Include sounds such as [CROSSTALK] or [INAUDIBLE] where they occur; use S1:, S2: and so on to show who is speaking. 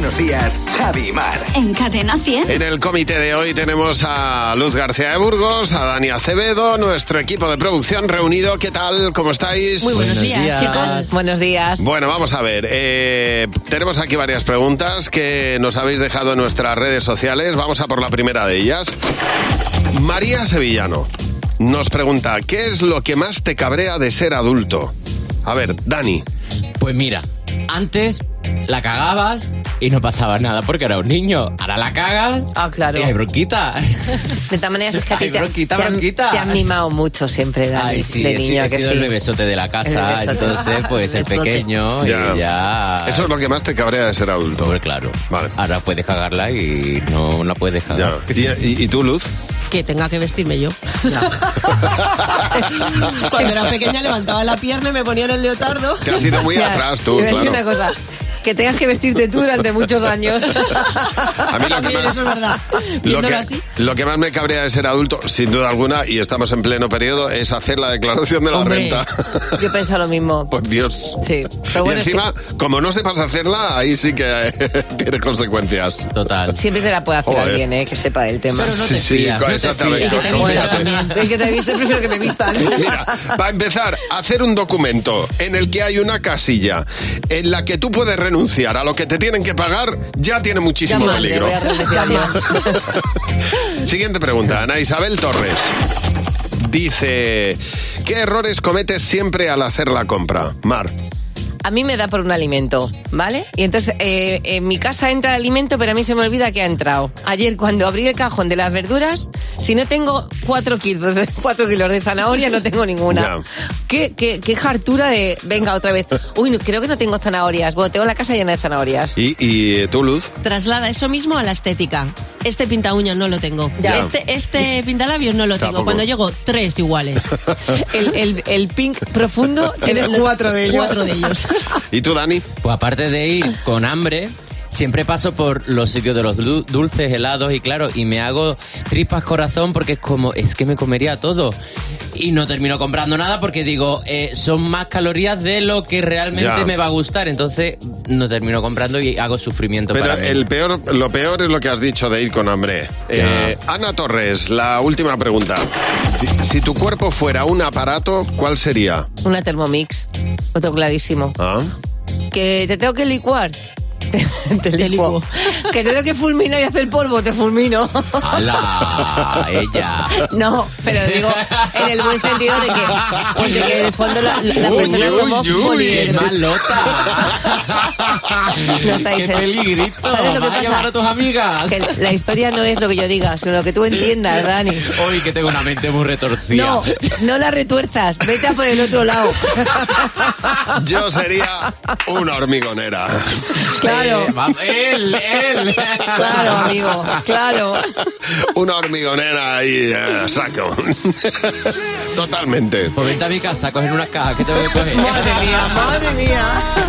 S1: los días, Javi y Mar.
S2: En Cadena 100.
S3: En el comité de hoy tenemos a Luz García de Burgos, a Dani Acevedo, nuestro equipo de producción reunido. ¿Qué tal? ¿Cómo estáis?
S4: Muy buenos, días, chicos. [LAUGHS] Buenos días.
S3: Bueno, vamos a ver. eh, tenemos aquí varias preguntas que nos habéis dejado en nuestras redes sociales. Vamos a por la primera de ellas. María Sevillano nos pregunta, ¿qué es lo que más te cabrea de ser adulto? A ver, Dani.
S5: Pues mira, antes la cagabas y no pasaba nada porque era un niño. Ahora la cagas.
S4: Ah, claro.
S5: Y hay bronquita.
S4: De todas maneras, es que a ti
S5: Ay,
S4: te,
S5: bronquita,
S4: te han,
S5: bronquita.
S4: te han mimado mucho siempre, Dani,
S5: Ay, sí,
S4: de
S5: he, sido-
S4: niño
S5: he
S4: que
S5: sido
S4: sí.
S5: el bebesote de la
S4: El
S5: casa.
S4: bebesote.
S5: Entonces, pues el
S4: Bebesote.
S5: pequeño
S3: Ya.
S5: y ya.
S3: Eso es lo que más te cabrea de ser adulto.
S5: Hombre, claro.
S3: Vale.
S5: Ahora puedes cagarla y no la puedes
S3: Ya.
S5: cagar.
S3: ¿Y, y- y tú,
S4: [LAUGHS]
S3: Luz?
S6: que tenga que vestirme yo. [LAUGHS] Cuando era pequeña levantaba la pierna y me ponía en el leotardo.
S3: Te has ido muy
S4: Ya,
S3: atrás tú,
S4: te voy a decir
S3: claro.
S4: una cosa. Que tengas que vestirte tú durante muchos años.
S3: A mí lo que
S6: También
S3: más-
S6: eso es verdad.
S3: Lo
S6: Viéndolo
S3: que,
S6: así.
S3: lo que más me cabrea de ser adulto, sin duda alguna, y estamos en pleno periodo, es hacer la declaración de la
S6: Hombre.
S3: renta.
S4: Yo pienso lo
S3: [LAUGHS]
S4: mismo.
S3: Por Dios.
S4: Sí, pero
S3: y
S4: bueno,
S3: encima, como no sepas hacerla, ahí sí que [LAUGHS] eh, tiene consecuencias.
S5: Total.
S4: Siempre te la puede hacer
S3: Joder.
S4: alguien, ¿eh? Que sepa del tema.
S5: Pero no
S3: sí,
S5: te
S3: sí,
S5: fías,
S3: con-
S5: no te
S3: exactamente.
S5: fías.
S3: con-
S6: Y que
S3: con-
S4: El
S6: te vista también.
S4: que te viste, prefiero que me vistan.
S3: Mira, para empezar, hacer un documento en el que hay una casilla en la que tú puedes renunciar a lo que te tienen que pagar, ya tiene muchísimo
S4: Llama,
S3: peligro.
S4: le voy a renunciar
S3: Siguiente pregunta, Ana Isabel Torres. Dice, ¿qué errores cometes siempre al hacer la compra? Mar.
S4: A mí me da por un alimento, ¿vale? Y entonces eh, en mi casa entra el alimento, pero a mí se me olvida que ha entrado. Ayer cuando abrí el cajón de las verduras, si no tengo cuatro kilos, de- [LAUGHS] cuatro kilos de zanahoria, no tengo ninguna.
S3: Ya.
S4: ¿Qué, qué, qué hartura de, venga otra vez. Uy, no, creo que no tengo zanahorias. Bueno, tengo la casa llena de zanahorias.
S3: ¿Y, y tú, Luz?
S6: Traslada eso mismo a la estética. Este pinta uñas no lo tengo.
S3: Ya.
S6: Este, este pintalabios no lo tengo.
S3: Tampoco.
S6: Cuando llego, tres iguales.
S4: El, el- el pink profundo [LAUGHS] tiene cuatro de ellos.
S6: Cuatro de ellos.
S3: ¿Y tú, Dani?
S5: Pues aparte de ir con hambre, siempre paso por los sitios de los du- dulces, helados y claro, y me hago tripas corazón porque es como, es que me comería todo. Y no termino comprando nada porque digo, eh, son más calorías de lo que realmente
S3: Ya.
S5: me va a gustar. Entonces no termino comprando y hago sufrimiento
S3: Pero
S5: para mí.
S3: el peor, lo peor es lo que has dicho de ir con hambre. Eh, Ana Torres, la última pregunta. Si tu cuerpo fuera un aparato, ¿cuál sería?
S4: [LAUGHS] Una Thermomix. Lo tengo clarísimo.
S3: ¿Ah?
S4: Que te tengo que licuar. Te, te
S6: Te
S4: licuo.
S6: licuo.
S4: que te tengo que fulminar y hacer polvo, te fulmino.
S3: [LAUGHS]
S5: ¡Hala! Ella.
S4: No, pero digo en el buen sentido de que, de que en el fondo la, la
S5: Uy,
S4: persona
S5: uy,
S4: somos
S5: uy, ¡Qué
S4: poliedro.
S5: malota!
S4: No estáis
S5: ¡Qué
S4: en-
S5: peligrito!
S4: ¿Sabes lo que
S5: Vas a
S4: pasa?
S5: llamar a tus amigas!
S4: Que la historia no es lo que yo diga, sino lo que tú entiendas, Dani.
S5: Hoy que tengo una mente muy retorcida.
S4: No, no la retuerzas, vete a por el otro lado. [LAUGHS]
S3: Yo sería una hormigonera.
S4: Claro,
S5: Eh, va- él, él.
S4: claro, amigo, claro.
S3: Una hormigonera ahí, eh, saco. Totalmente.
S5: Pues vente a mi casa a coger una caja que te voy a coger.
S4: Madre mía, madre mía.